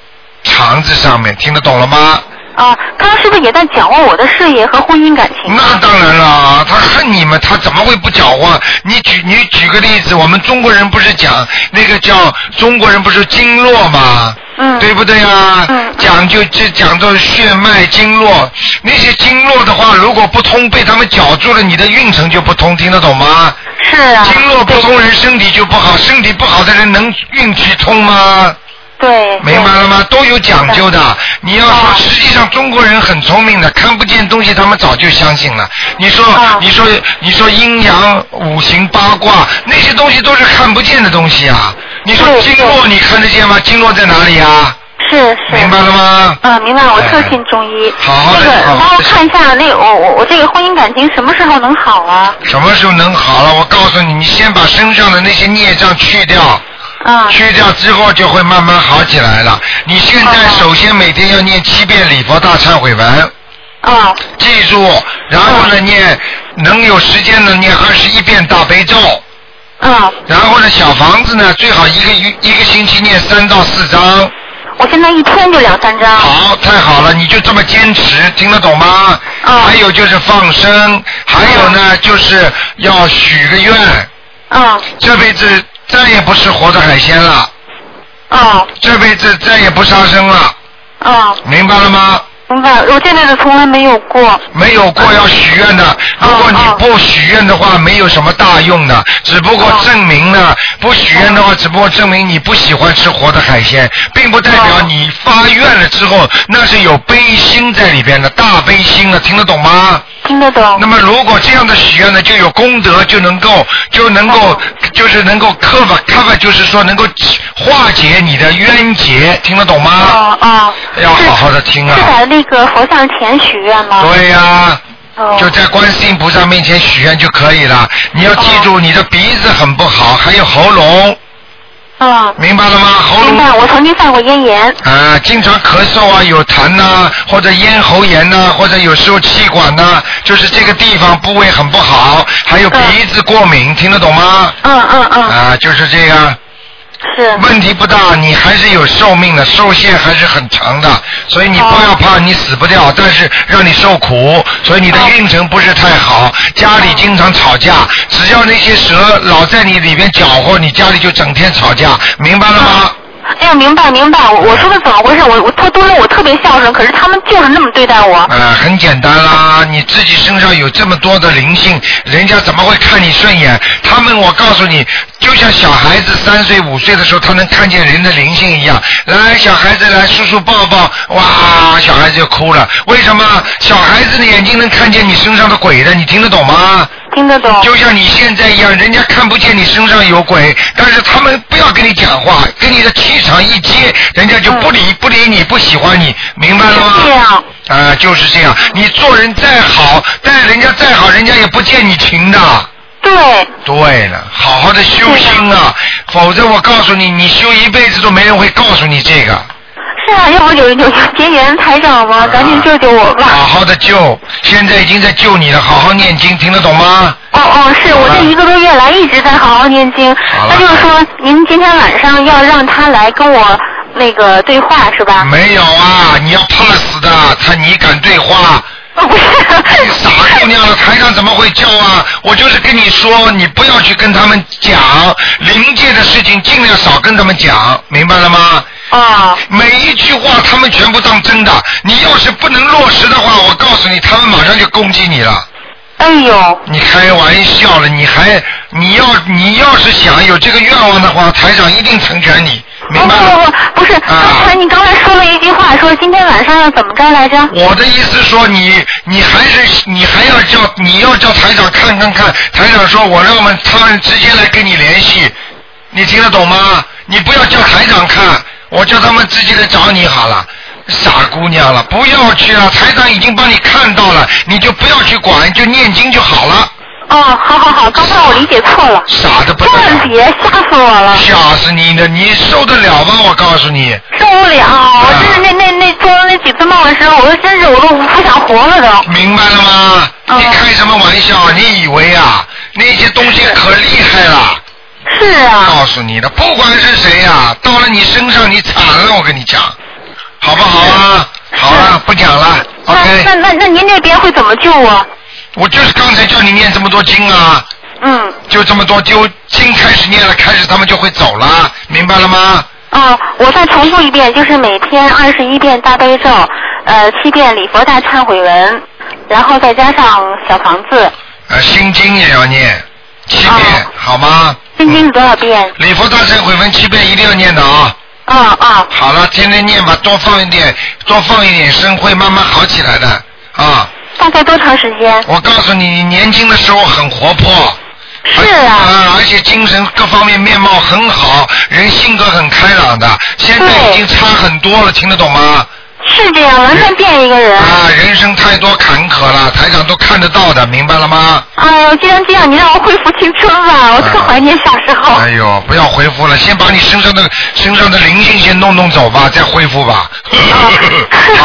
肠子上面，听得懂了吗？
啊，他是不是也在搅和我的事业和婚姻感情？
那当然了，他恨你们，他怎么会不搅和？你举你举个例子，我们中国人不是讲那个叫中国人不是经络吗？
嗯
对不对啊？
嗯
讲究这讲究血脉经络，那些经络的话，如果不通，被他们绞住了，你的运程就不通，听得懂吗？
是啊，
经络不通，人身体就不好，身体不好的人能运气通吗？
<laughs> 对，
明白了吗？都有讲究的。你要说
哦，
实际上中国人很聪明的，看不见东西他们早就相信了。你说
哦，
你说，你说阴阳、五行、八卦那些东西都是看不见的东西啊。你说
对
经络
对
你看得见吗？经络在哪里啊？
对是是。
明白了吗？
嗯，明白，我特
哎
信中医。
好好
那
的
个，
好
帮
好
我
的
看一下，那个我我我这个婚姻感情什么时候能好啊？
什么时候能好了？我告诉你，你先把身上的那些孽障去掉。
啊，
去掉之后就会慢慢好起来了。你现在
哦
首先每天要念七遍礼佛大忏悔文，
啊，
记住，然后呢念，能有时间呢念二十一遍大悲咒，
嗯，
然后呢小房子呢最好一个一一个星期念三到四章。
我现在一天就两三张。
好，太好了，你就这么坚持，听得懂吗？
哦
还有就是放生，还有呢就是要许个愿，
嗯，
这辈子再也不吃活的海鲜了，
哦，
这辈子再也不杀生了，
哦，
明白了吗？
明白。我这辈子从来没有过。
没有过要许愿的，如果你
哦
不许愿的话，没有什么大用的，只不
哦
过证明呢，不许愿的话，只不过证明你不喜欢吃活的海鲜，并不代表
哦
你发愿了之后，那是有悲心在里边的，大悲心的，听得懂吗？
听得懂
那。么如果这样的许愿呢，就有功德，就能够就能够
哦
就是能够 cover cover，就是说能够化解你的冤结，听得懂吗？
哦哦。
要好好的听
是
啊，
在那个佛像前许愿吗？
对呀、
哦。
就在观世音菩萨面前许愿就可以了。你要记住，你的鼻子很不
哦
好，还有喉咙，
嗯，
明白了吗？喉
明
咙
白。我曾经犯过咽炎。
啊，经常咳嗽啊，有痰呐、或者咽喉炎呐、或者有时候气管呐、就是这个地方部位很不好，还有鼻子过敏，听得懂吗？
嗯嗯嗯，
啊，就是这个
是。
问题不大，你还是有寿命的，寿限还是很长的，所以你不要怕你死不掉，但是让你受苦，所以你的运程不是太好，家里经常吵架，只要那些蛇老在你里边搅和，你家里就整天吵架，明白了吗？
哎呀，明白明白，我我说的怎么回事？我我他都说我特别孝顺，可是他们就是那么对待我。
呃，很简单啦，你自己身上有这么多的灵性，人家怎么会看你顺眼？他们，我告诉你，就像小孩子三岁五岁的时候，他能看见人的灵性一样。来，小孩子来，叔叔抱抱，哇，小孩子就哭了。为什么？小孩子的眼睛能看见你身上的鬼的，你听得懂吗？
听得懂。
就像你现在一样，人家看不见你身上有鬼，但是他们不要跟你讲话，跟你的气场一接，人家就不理、不理你，不喜欢你，明白了吗？
嗯这样。
啊、就是这样。你做人再好，待人家再好，人家也不见你情的。
对，
对了，好好的修心啊，否则我告诉你，你修一辈子都没人会告诉你这个。
是啊，要不有有有结缘台长吗？啊赶紧救救我
好
吧！
好的救，现在已经在救你了，好好念经，听得懂吗？
哦哦，是我这一个多月来一直在好好念经
好了，
那就是说您今天晚上要让他来跟我那个对话是吧？
没有啊，你要怕死的，他你敢对话？
<laughs>
你傻姑娘了，台上怎么会叫啊？我就是跟你说，你不要去跟他们讲灵界的事情，尽量少跟他们讲，明白了吗？
啊，
每一句话他们全部当真的，你要是不能落实的话，我告诉你，他们马上就攻击你了。
哎呦，
你开玩笑了，你还你要你要是想有这个愿望的话，台长一定成全你，
不
明
不
白吗？
哦不，不是，刚
啊
才你刚才说了一句话，说今天晚上要怎么着来着？
我的意思说你，你还是你还要叫你要叫台长看看看，台长说我让我们他们直接来跟你联系，你听得懂吗？你不要叫台长看，我叫他们自己来找你好了。傻姑娘了，不要去了，台长已经帮你看到了，你就不要去管，就念经就好了。
哦，好好好，刚才我理解错了，
傻的不得
万
了，
别吓死我了，
吓死你的，你受得了吗？我告诉你，
受不了！我真是那那那做了那几次梦的时候，我都真是我都不想活了都。
明白了吗？
嗯
你开什么玩笑？你以为啊，那些东西可厉害了。
是啊，
告诉你的，不管是谁呀、到了你身上你惨了，我跟你讲，好不好啊？好了，不讲了，OK
那。那那那您这边会怎么救我？
我就是刚才叫你念这么多经啊，
嗯，
就这么多，就经开始念了，开始他们就会走了，明白了吗？
哦，我再重复一遍，就是每天二十一遍大悲咒，呃，七遍礼佛大忏悔文，然后再加上小房子，
呃，心经也要念七遍
哦，
好吗？嗯
心经是多少遍？
礼佛大忏悔文七遍一定要念的啊。
啊啊
好了，天天念吧，多放一点，多放一点声，会慢慢好起来的啊。
大概多长时间？
<laughs> 我告诉你，你年轻的时候很活泼。
是啊，
而且精神各方面面貌很好，人性格很开朗的，现在
对
已经差很多了，听得懂吗？
是这样，完全变一个人。
啊，人生太多坎坷了，台长都看得到的，明白了吗？啊
哎呦，既然这样，你让我恢复青春吧，我特怀念小时候。
哎呦，不要恢复了，先把你身上的身上的灵性先弄弄走吧，再恢复
<laughs>
吧。好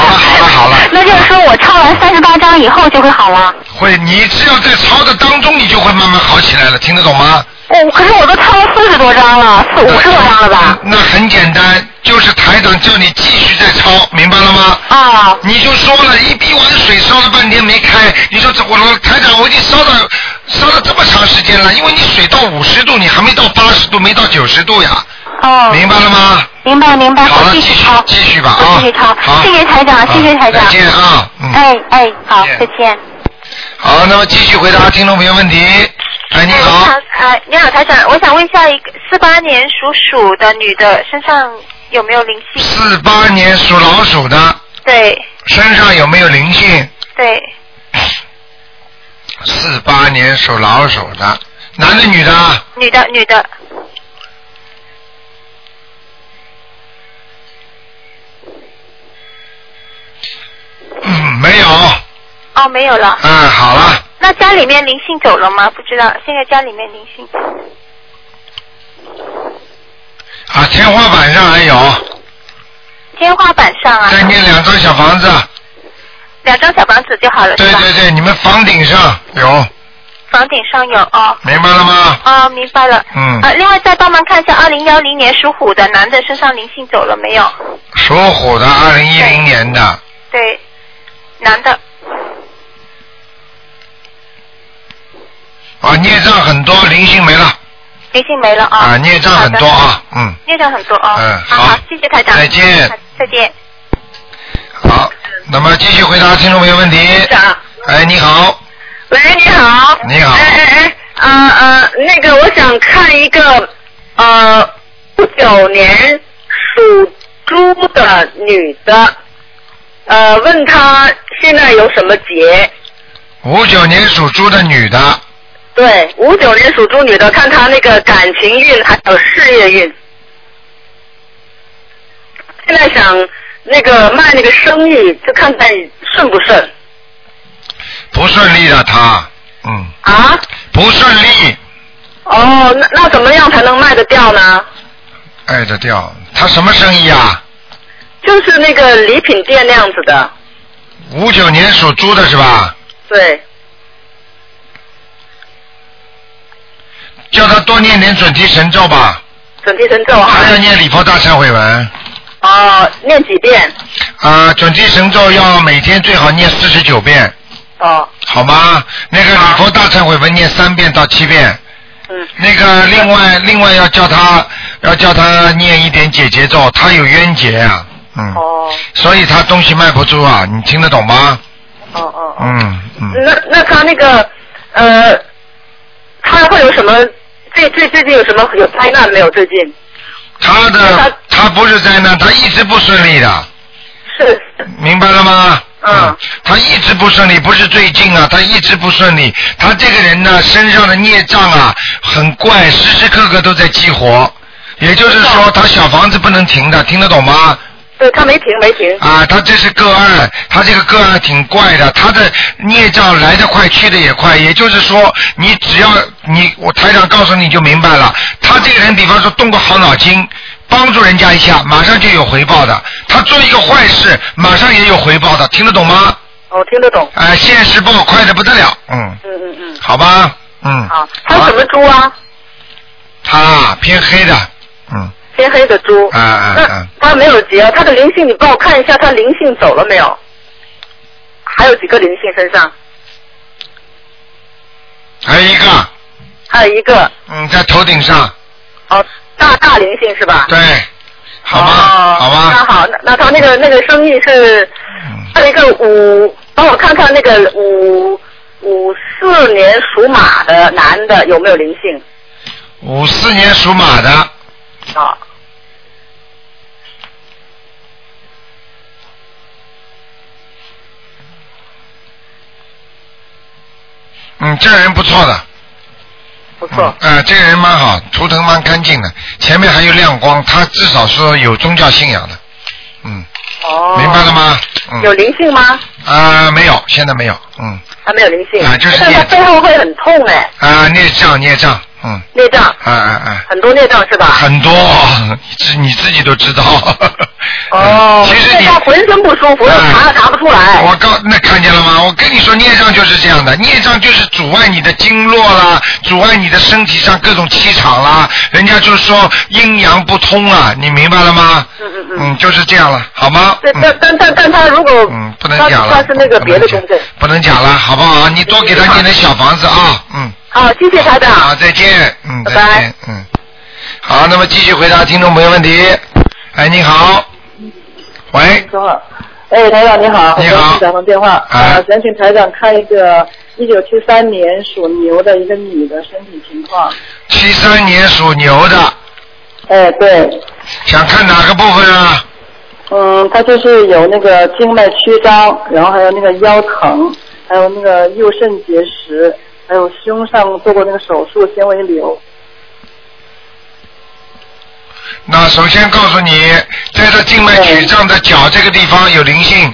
了好了好了，
那就是说我抄完三十八章以后就会好了。
会，你只要在操的当中，你就会慢慢好起来了，听得懂吗？
我、哦可是我都抄了四十多章了，四五十多章了吧？
嗯那很简单，就是台长叫你继续再抄，明白了吗？
啊，
你就说了一滴碗水烧了半天没开，你说这我说台长我已经烧了烧了这么长时间了，因为你水到五十度，你还没到八十度，没到九十度呀，
哦，
明白了吗？
明白明白，
好
我
了，
继
继
续
续
抄，
继续吧
我
啊
继续抄，，
好，
谢谢台长，谢谢台长
再。见啊，嗯，
哎哎，好，
再见
再见。
好，那么继续回答听众朋友问题。哎，你好，
呃，你好，台长，我想问一下，一个四八年属鼠的女的身上有没有灵性？
四八年属老鼠的
对
身上有没有灵性？
对，
四八年属老鼠的，男的女的啊？
女的女的，
嗯，没有。
哦，没有了。
嗯，好了，
那家里面灵性走了吗？不知道，现在家里面灵性。
啊，天花板上还
啊
有，
天花板上啊，
再念两张小房子。
两张小房子就好了，
对
是吧？
对对，你们房顶上有，
房顶上有哦。
明白了吗？
哦，明白了。
嗯
啊，另外再帮忙看一下，二零幺零年属虎的男的身上灵性走了没有？
属虎的，二零一零年的，
对，男的。
啊，孽障很多，灵性没了，
灵性没了啊！
啊，孽障很多
好的，
啊，嗯，
孽障很多啊！
嗯
好
好
谢谢台长，
再见
好，再见。
好，那么继续回答听众朋友问题。
长，
哎，你好，
喂，你好。
你好
哎哎哎，啊呃，那个我想看一个呃五九年属猪的女的，呃，问她现在有什么结？
五九年属猪的女的，
对，五九年属猪女的，看她那个感情运还有事业运。现在想那个卖那个生意，就看看顺不顺
不顺利的她，嗯，
啊？
不顺利，
哦，那那怎么样才能卖得掉呢？
挨着掉，她什么生意啊？
就是那个礼品店那样子的，
五九年属猪的是吧？
对，
叫他多念点准提神咒吧，
准提神咒啊
还要念礼佛大忏悔文。
哦，念几遍？
啊，准提神咒要每天最好念四十九遍，
哦，
好吗？那个礼佛大忏悔文念三遍到七遍。
嗯。
那个另外另外要叫他要叫他念一点解结咒，他有冤结啊，嗯，
哦，
所以他东西卖不出啊，你听得懂吗？
哦哦。
嗯嗯，
那那他那个呃，他会有什么？最最最近有什么有灾难没有？最近
他的他不是灾难，他一直不顺利的，
是 <laughs>
明白了吗？
嗯，
他一直不顺利，不是最近啊，他一直不顺利。他这个人呢，身上的孽障啊，很怪，时时刻刻都在激活。也就是说，他小房子不能停的，听得懂吗？
对他没停没停。
啊，他这是个案，他这个个案挺怪的，他的孽障来得快，去得也快。也就是说，你只要你我台长告诉你就明白了，他这个人，比方说动个好脑筋，帮助人家一下，马上就有回报的；他做一个坏事，马上也有回报的，听得懂吗？
我哦听得懂。
啊、现世报快的不得了，嗯，
嗯嗯嗯。
好吧，嗯，
好，还有什么猪啊？
他偏黑的，嗯，
天黑的猪。
啊啊
那
啊，
他没有结，他的灵性，你帮我看一下，他灵性走了没有？还有几个灵性身上？
还有一个，
还有一个
嗯，在头顶上，
哦，大大灵性是吧？
对，好吗？
哦、
好吗？
那好，那那他那个那个生意是
嗯
他那个五，帮我看看那个五五四年属马的男的有没有灵性
五四年属马的，
啊？
嗯，这个人不错的，
不
嗯，
错。
呃这个人蛮好，图腾蛮干净的，前面还有亮光，他至少说有宗教信仰的，嗯，
哦。
明白了？吗？嗯，
有灵性吗？
啊、没有，现在没有，嗯，
还没有灵性。
啊就是
但
孽
他背后会很痛哎，
啊、孽障孽障，嗯，
孽障，
啊啊啊，
很多孽障是吧？
很多， <laughs> 你自你自己都知道。 <laughs> 嗯
哦，
其实
现
你
在浑身不舒服，又
哎
查也查不出来。
我告那看见了吗？我跟你说，孽障就是这样的，孽障就是阻碍你的经络啦，阻碍你的身体上各种气场啦，人家就说阴阳不通啊，你明白了吗？
嗯嗯嗯。
嗯，就是这样了，好吗？
对，但
嗯
但但但他如果
嗯，不能
他
讲了。
他是那个别的公
不能
证
讲。不能讲了，好不好？你多给他点点小房子啊，嗯。
好，谢谢台
好，
长。
再见，嗯，
拜
再
拜
见，嗯。好，那么继续回答听众朋友问题。哎，你好，喂，
正好。哎，台长你好，
你
很
好
高兴打通电话。
哎
呃想请台长看一个一九七三年属牛的一个女的身体情况。
七三年属牛的，
哎，对，
想看哪个部分啊？
嗯，她就是有那个静脉曲张，然后还有那个腰疼，还有那个右肾结石，还有胸上做过那个手术纤维瘤。
那首先告诉你，在他静脉曲张的脚这个地方有灵性，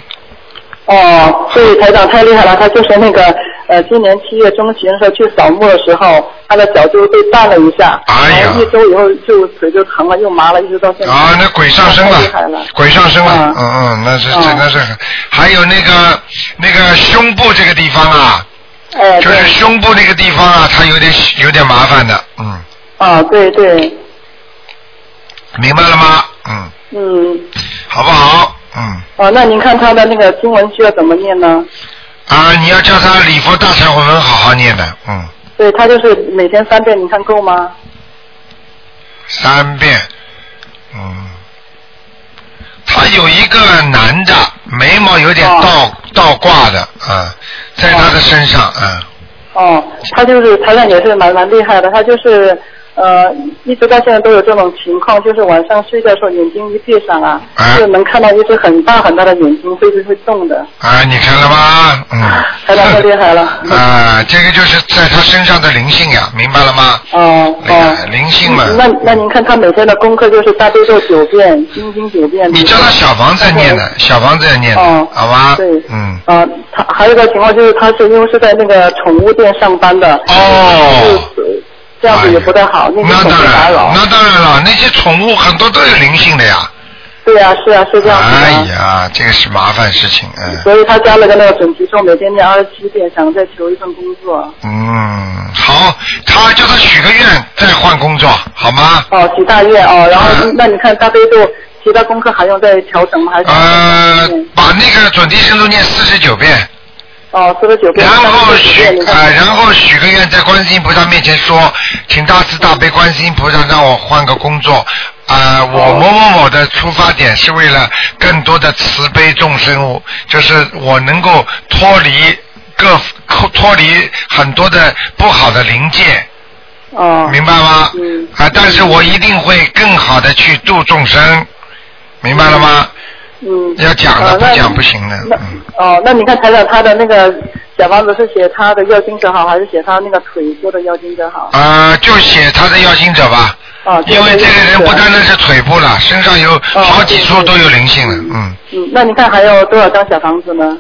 哦，所以台长太厉害了，他就是那个呃，今年七月中旬的时候去扫墓的时候，他的脚就被绊了一下，
哎呀
然后一周以后就腿就疼了，又麻了，一直到现在。
啊，那鬼上身
太厉害了
了，鬼上身了
嗯，
嗯嗯，那是
嗯
真的是很，还有那个那个胸部这个地方啊，
哎，
就
对，
是胸部那个地方啊，它有点有点麻烦的，嗯，
啊，对对，
明白了吗？嗯，
嗯，
好不好？嗯，
哦，那您看他的那个经文需要怎么念呢？
啊，你要叫他礼佛大忏悔文好好念的，嗯，
对他就是每天三遍，你看够吗？
三遍，嗯，他有一个男的，眉毛有
啊
点倒、倒挂的啊，在他的身上啊，
哦，他就是台长也是蛮蛮厉害的，他就是呃一直到现在都有这种情况，就是晚上睡觉的时候眼睛一闭上啊，
啊
就能看到一只很大很大的眼睛会会动的。
啊，你看了吗？嗯，
台长太厉害了
<laughs> 啊，这个就是在他身上的灵性呀，明白了吗？
哦
哎呀
哦，
灵性嘛，
那那您看他每天的功课就是大悲咒九遍，心经九遍。
你叫他小房子念的，小房子念的，
嗯哦
好吧？
对，
嗯，
啊，他还有一个情况就是，他是因为是在那个宠物店上班的，
哦。
就是呃这样子也不太好，那
那
个宠
当
物打
然，
扰。
那当然了，那些宠物很多都有灵性的呀。
对啊，是啊，是这样子的。
哎呀，这个是麻烦事情， <laughs> 嗯
所以他加了个那个准提咒，每天念二十七遍，想再求一份工作。
嗯，好，他叫他许个愿，再换工作，好吗？
哦，许大愿哦，然后、
嗯
那你看大悲咒
其他功课还用再调整吗？还是？
呃，把那个准提神咒念四十九遍，
哦，四十九遍。
然后
49
许
遍
啊、然后许个愿，在观世音菩萨面前说，请大慈大悲观世音菩萨让我换个工作。啊、我某某某的出发点是为了更多的慈悲众生，就是我能够脱离各脱离很多的不好的灵界。
哦，
明白吗？
嗯
啊，但是我一定会更好的去度众生，明白了吗？
嗯。
要讲的，
呃
啊
不
那
讲不行的。
那
嗯
哦，那你看台长他的那个小房子是写他的药精者好，还是写他那个腿部的药精者好？
啊，就写他的要经者吧，
嗯啊，
因为这个人不单
是。
单是腿部了，身上
哦
有好几处都有灵性了。嗯，
嗯，那你看还有多少张小房子呢？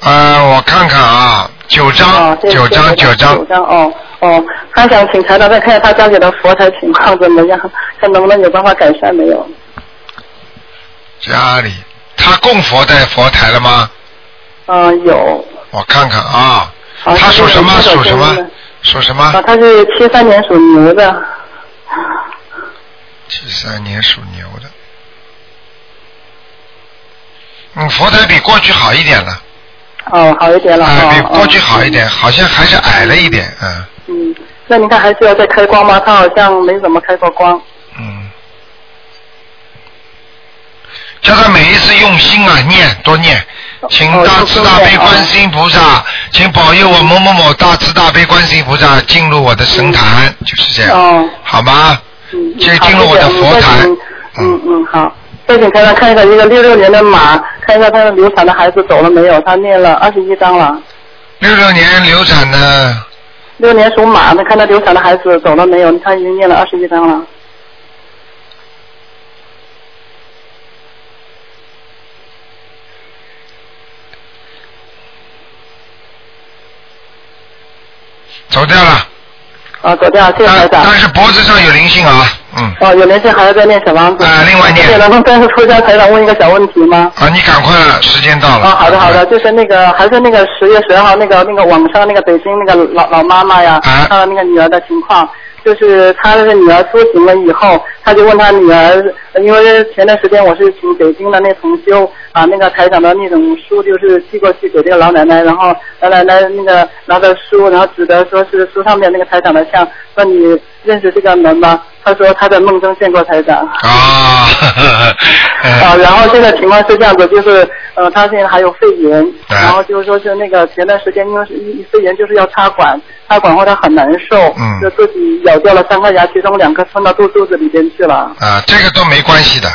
啊，我看看啊，九
哦
张，，
这
九张，九张
九。张哦哦，他想请台长再看一下他家里的佛台情况怎么样，看能不能有办法改善没有？
家里，他供佛在佛台了吗？
嗯，有。
我看看啊，
好
他属什么？
这
属
个
什么
这个？
属什
啊，
么？
他是七三年属牛的。
七三年属牛的。嗯，佛台比过去好一点了，
哦，好一点了。
啊，
哦
比
哦
过去好一点，好像还是矮了一点，嗯
嗯，那你看还需要再开光吗？他好像没怎么开过光。
嗯。叫他每一次用心啊，念多念，请
哦
大
多
慈大
多
悲
念
观
哦
世音菩萨，请保佑我某某某大慈大悲观世音菩萨进入我的神坛，就是这样，
哦，
好吗？
嗯，
这
嗯好
进入我的
谢谢
佛台
嗯
嗯
嗯嗯，好。再请台长看一下一个六六年的马，看一下他的流产的孩子走了没有？他念了二十一章了。
六六年流产的，
六年属马的，看他流产的孩子走了没有？你看已经念了二十一章了。
走掉了，
啊，走掉，谢谢台
但
长。
但是脖子上有灵性啊，嗯，
哦，有联系还要再念小王子。
啊另外念
对，能跟出家台长问一个小问题吗？
啊，你赶快了，时间到了。
啊，好的好的，
嗯。
就是那个还是那个十月十二号那个那个网上那个北京那个老老妈妈呀，
啊
她那个女儿的情况，就是她的女儿苏醒了以后，她就问她女儿，因为前段时间我是请北京的那同修把那个台长的那种书就是寄过去给这个老奶奶，然后老奶奶那个拿着书，然后指的说是书上面那个台长的像，说你认识这个人吗？她说她在梦中见过台长。
啊， <laughs> 呵呵
啊，
呃
然后现在情况是这样子，就是呃，他现在还有肺炎，
哎
然后就是说是那个前段时间因为是一肺炎就是要插管，插管后他很难受，
嗯
就自己咬掉了三颗牙，其中两颗吞到肚肚子里边去了。
啊，这个都没关系的。嗯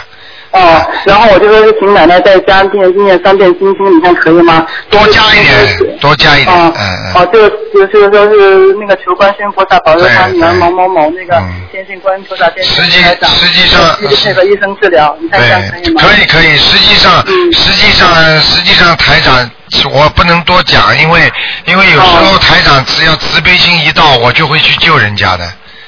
哦、然后我就说是请奶奶再加念念三遍心经，你看可以吗？
多加一点，多加一点，
哦
嗯嗯。
哦，就就是说是那个求观世音菩萨保佑他女儿
对对
某某某那个
嗯
坚信观音菩萨，坚信
实际
台长
实际上
积极配合医生治疗，你看这样可以
对，
吗？
可以可以，实际上
嗯
实际上实际上台长，我不能多讲，因为因为有时候
哦
台长只要慈悲心一到，我就会去救人家的。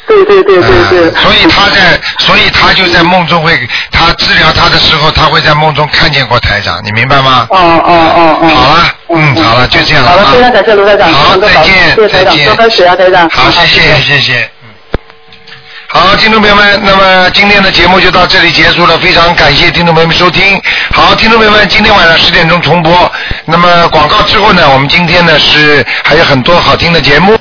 对对对对对。
嗯所以他在，所以他就在梦中会，他治疗他的时候，他会在梦中看见过台长，你明白吗？
哦哦哦哦。
好了，嗯，好了，就这样了
好
啊
了，非常感谢卢台长，
好，
非
再
常多保
见，
谢谢台
再
长，
见
多喝水啊，台长。
好，谢谢，谢谢。嗯，好，听众朋友们，那么今天的节目就到这里结束了，非常感谢听众朋友们收听。好，听众朋友们，今天晚上十点钟重播。那么广告之后呢，我们今天呢是还有很多好听的节目。